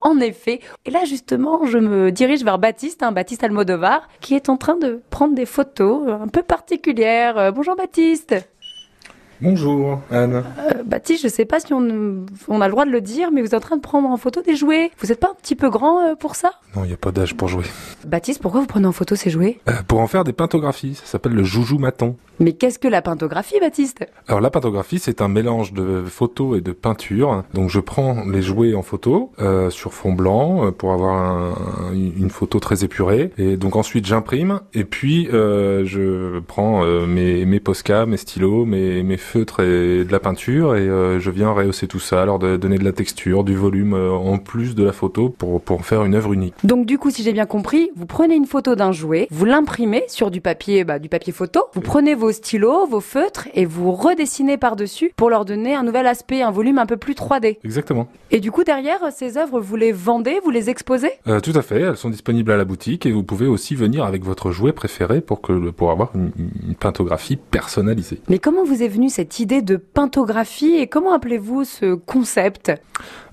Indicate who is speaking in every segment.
Speaker 1: en effet. Et là, justement, je me dirige vers Baptiste, hein, Baptiste Almodovar, qui est en train de prendre des photos euh, un peu particulières. Euh, bonjour Baptiste.
Speaker 2: Bonjour Anne.
Speaker 1: Euh, Baptiste, je sais pas si on, on, a le droit de le dire, mais vous êtes en train de prendre en photo des jouets. Vous n'êtes pas un petit peu grand euh, pour ça
Speaker 2: Non, il n'y a pas d'âge pour jouer.
Speaker 1: Baptiste, pourquoi vous prenez en photo ces jouets
Speaker 2: euh, Pour en faire des pintographies, ça s'appelle le joujou maton.
Speaker 1: Mais qu'est-ce que la pintographie, Baptiste
Speaker 2: Alors la pintographie, c'est un mélange de photo et de peinture. Donc je prends les jouets en photo euh, sur fond blanc euh, pour avoir un, une photo très épurée. Et donc ensuite j'imprime et puis euh, je prends euh, mes, mes posca, mes stylos, mes, mes feutres et de la peinture et euh, je viens rehausser tout ça, leur de donner de la texture, du volume euh, en plus de la photo pour, pour faire une œuvre unique.
Speaker 1: Donc du coup, si j'ai bien compris, vous prenez une photo d'un jouet, vous l'imprimez sur du papier, bah, du papier photo, vous prenez vos stylos, vos feutres et vous redessinez par-dessus pour leur donner un nouvel aspect, un volume un peu plus 3D.
Speaker 2: Exactement.
Speaker 1: Et du coup, derrière, ces œuvres, vous les vendez, vous les exposez
Speaker 2: euh, Tout à fait, elles sont disponibles à la boutique et vous pouvez aussi venir avec votre jouet préféré pour, que, pour avoir une, une pintographie personnalisée.
Speaker 1: Mais comment vous est venue cette idée de pintographie et comment appelez-vous ce concept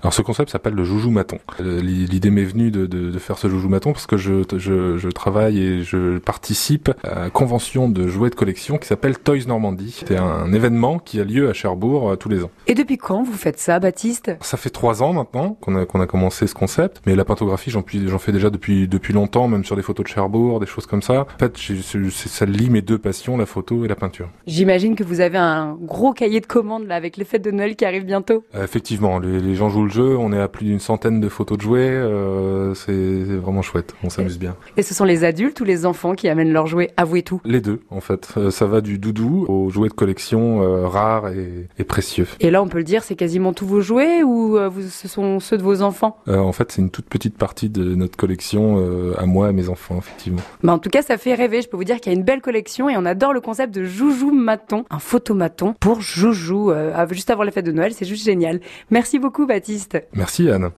Speaker 2: Alors ce concept s'appelle le joujou maton. Euh, L'idée m'est venue de, de, de, faire ce joujou maton parce que je, je, je, travaille et je participe à une convention de jouets de collection qui s'appelle Toys Normandie. C'est un événement qui a lieu à Cherbourg euh, tous les ans.
Speaker 1: Et depuis quand vous faites ça, Baptiste
Speaker 2: Ça fait trois ans maintenant qu'on a, qu'on a commencé ce concept, mais la pintographie j'en, j'en fais déjà depuis, depuis longtemps, même sur des photos de Cherbourg, des choses comme ça. En fait, j'ai, ça lie mes deux passions, la photo et la peinture.
Speaker 1: J'imagine que vous avez un un gros cahier de commandes là avec les fêtes de Noël qui arrivent bientôt.
Speaker 2: Euh, Effectivement, les, les gens jouent le jeu. On est à plus d'une centaine de photos de jouets. Euh, c'est, c'est vraiment chouette. On s'amuse bien.
Speaker 1: Et ce sont les adultes ou les enfants qui amènent leurs jouets Avouez tout.
Speaker 2: Les deux, en fait. Euh, ça va du doudou aux jouets de collection euh, rares et, et, précieux.
Speaker 1: Et là, on peut le dire, c'est quasiment tous vos jouets ou euh, vous, ce sont ceux de vos enfants
Speaker 2: Euh, En fait, c'est une toute petite partie de notre collection euh, à moi et mes enfants, effectivement.
Speaker 1: Bah, en tout cas, ça fait rêver. Je peux vous dire qu'il y a une belle collection et on adore le concept de joujou maton, un photo pour Joujou. Euh, juste avant la fête de Noël, c'est juste génial. Merci beaucoup Baptiste.
Speaker 2: Merci Anne.